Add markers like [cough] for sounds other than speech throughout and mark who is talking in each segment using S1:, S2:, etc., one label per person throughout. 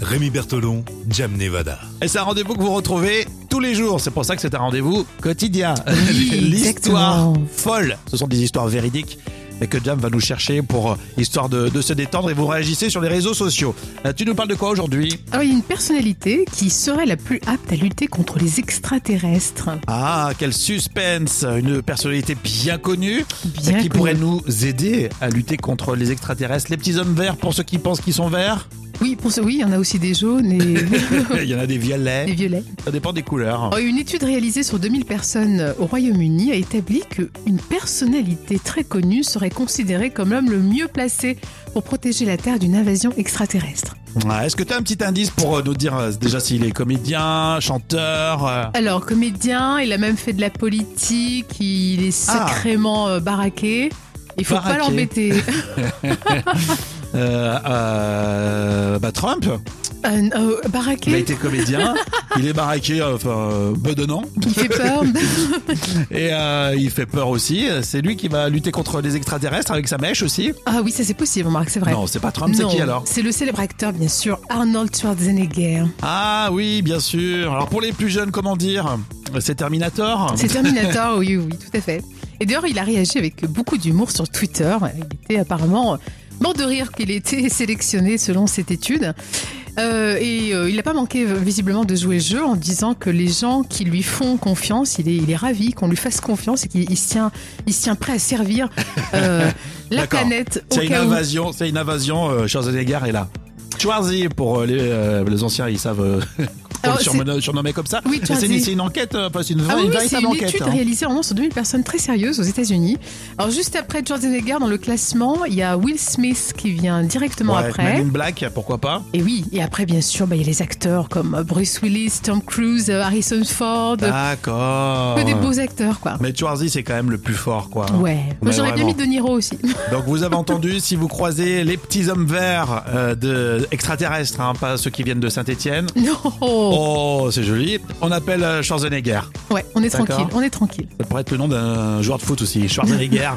S1: Rémi Bertolon, Jam Nevada.
S2: Et c'est un rendez-vous que vous retrouvez tous les jours. C'est pour ça que c'est un rendez-vous quotidien.
S3: Oui,
S2: [laughs] L'histoire
S3: exactement.
S2: folle. Ce sont des histoires véridiques. Mais que Jam va nous chercher pour euh, histoire de, de se détendre et vous réagissez sur les réseaux sociaux. Euh, tu nous parles de quoi aujourd'hui
S3: Alors, il y a Ah une personnalité qui serait la plus apte à lutter contre les extraterrestres.
S2: Ah, quel suspense Une personnalité bien connue
S3: Bien
S2: qui
S3: connue.
S2: pourrait nous aider à lutter contre les extraterrestres. Les petits hommes verts pour ceux qui pensent qu'ils sont
S3: [laughs]
S2: verts. [laughs]
S3: Oui, pour ce, oui, il y en a aussi des jaunes et
S2: Il y en a des
S3: des
S2: violets.
S3: violets.
S2: Ça dépend des couleurs.
S3: Alors, Une étude réalisée sur 2000 personnes au Royaume-Uni a établi qu'une personnalité très connue serait considérée comme l'homme le mieux placé pour protéger la Terre d'une invasion extraterrestre.
S2: Ouais, Est-ce que tu as un petit indice pour euh, nous dire euh, déjà s'il est comédien, chanteur euh,
S3: Alors, comédien, il a même fait de la politique, il est
S2: Ah.
S3: sacrément euh, baraqué. Il faut
S2: Baraqué.
S3: pas
S2: [laughs]
S3: l'embêter.
S2: euh, euh, bah, Trump
S3: Euh, euh,
S2: Il a
S3: baraqué,
S2: été comédien, il est baraqué, euh, enfin euh, bedonnant,
S3: il
S2: [laughs]
S3: fait peur.
S2: et euh, il fait peur aussi. C'est lui qui va lutter contre les extraterrestres avec sa mèche aussi.
S3: ah oui, ça c'est possible, Marc, c'est vrai.
S2: Non, c'est pas Trump, Ah, c'est
S3: Non,
S2: qui alors
S3: C'est le célèbre acteur, bien sûr, Arnold Schwarzenegger.
S2: Ah oui, bien sûr. Alors pour les plus jeunes, comment dire C'est Terminator
S3: C'est Terminator, oui, oui, tout à fait. Et d'ailleurs, il a réagi avec beaucoup d'humour sur Twitter. Il était apparemment mort de rire qu'il ait été [laughs] sélectionné selon cette étude. Euh, et euh, il n'a pas manqué euh, visiblement de jouer le jeu en disant que les gens qui lui font confiance, il est, il est ravi qu'on lui fasse confiance et qu'il il se, tient, il se tient prêt à servir
S2: [laughs]
S3: euh, la
S2: D'accord.
S3: planète au
S2: C'est une
S3: cas où.
S2: invasion, c'est une invasion, euh, Schwarzenegger est là. Schwarzy, pour euh, les, euh, les anciens, ils savent
S3: [laughs]
S2: euh, qu'on
S3: Alors,
S2: le surnomme- surnommer comme ça.
S3: Oui,
S2: Mais c'est une,
S3: Schwarzy.
S2: c'est une enquête, euh, enfin, c'est une, vraie-
S3: Ah
S2: une
S3: oui, oui, c'est
S2: véritable
S3: une
S2: enquête.
S3: étude
S2: hein.
S3: réalisée en sur 2000 personnes très sérieuses aux États-Unis. Alors juste après Schwarzenegger dans le classement, il y a Will Smith qui vient directement
S2: Ouais,
S3: après.
S2: Men in Black, pourquoi pas
S3: Et oui, et après bien sûr, bah, il y a les acteurs comme Bruce Willis, Tom Cruise, euh, Harrison Ford,
S2: Ah. D'accord.
S3: que des beaux acteurs quoi.
S2: Mais Schwarzy, c'est quand même le plus fort, quoi.
S3: Ouais,
S2: Mais
S3: moi j'aurais bien
S2: vraiment.
S3: mis De Niro aussi. [laughs]
S2: Donc vous avez entendu, si vous croisez les petits hommes verts euh, de extraterrestres, hein, pas ceux qui viennent de Saint-Étienne.
S3: non,
S2: Oh, c'est joli. On appelle euh, Schwarzenegger.
S3: ouais, on est
S2: D'accord.
S3: tranquille, on est tranquille.
S2: Ça pourrait être le nom d'un joueur de foot aussi,
S3: [laughs]
S2: Schwarzenegger.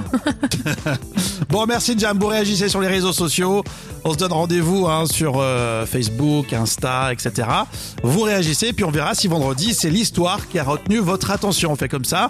S2: bon, merci Jam, vous réagissez sur les réseaux sociaux. On se donne rendez-vous hein, sur euh, Facebook, Insta, etc. Vous réagissez, puis on verra si vendredi, c'est l'histoire qui a retenu votre attention. On fait comme ça.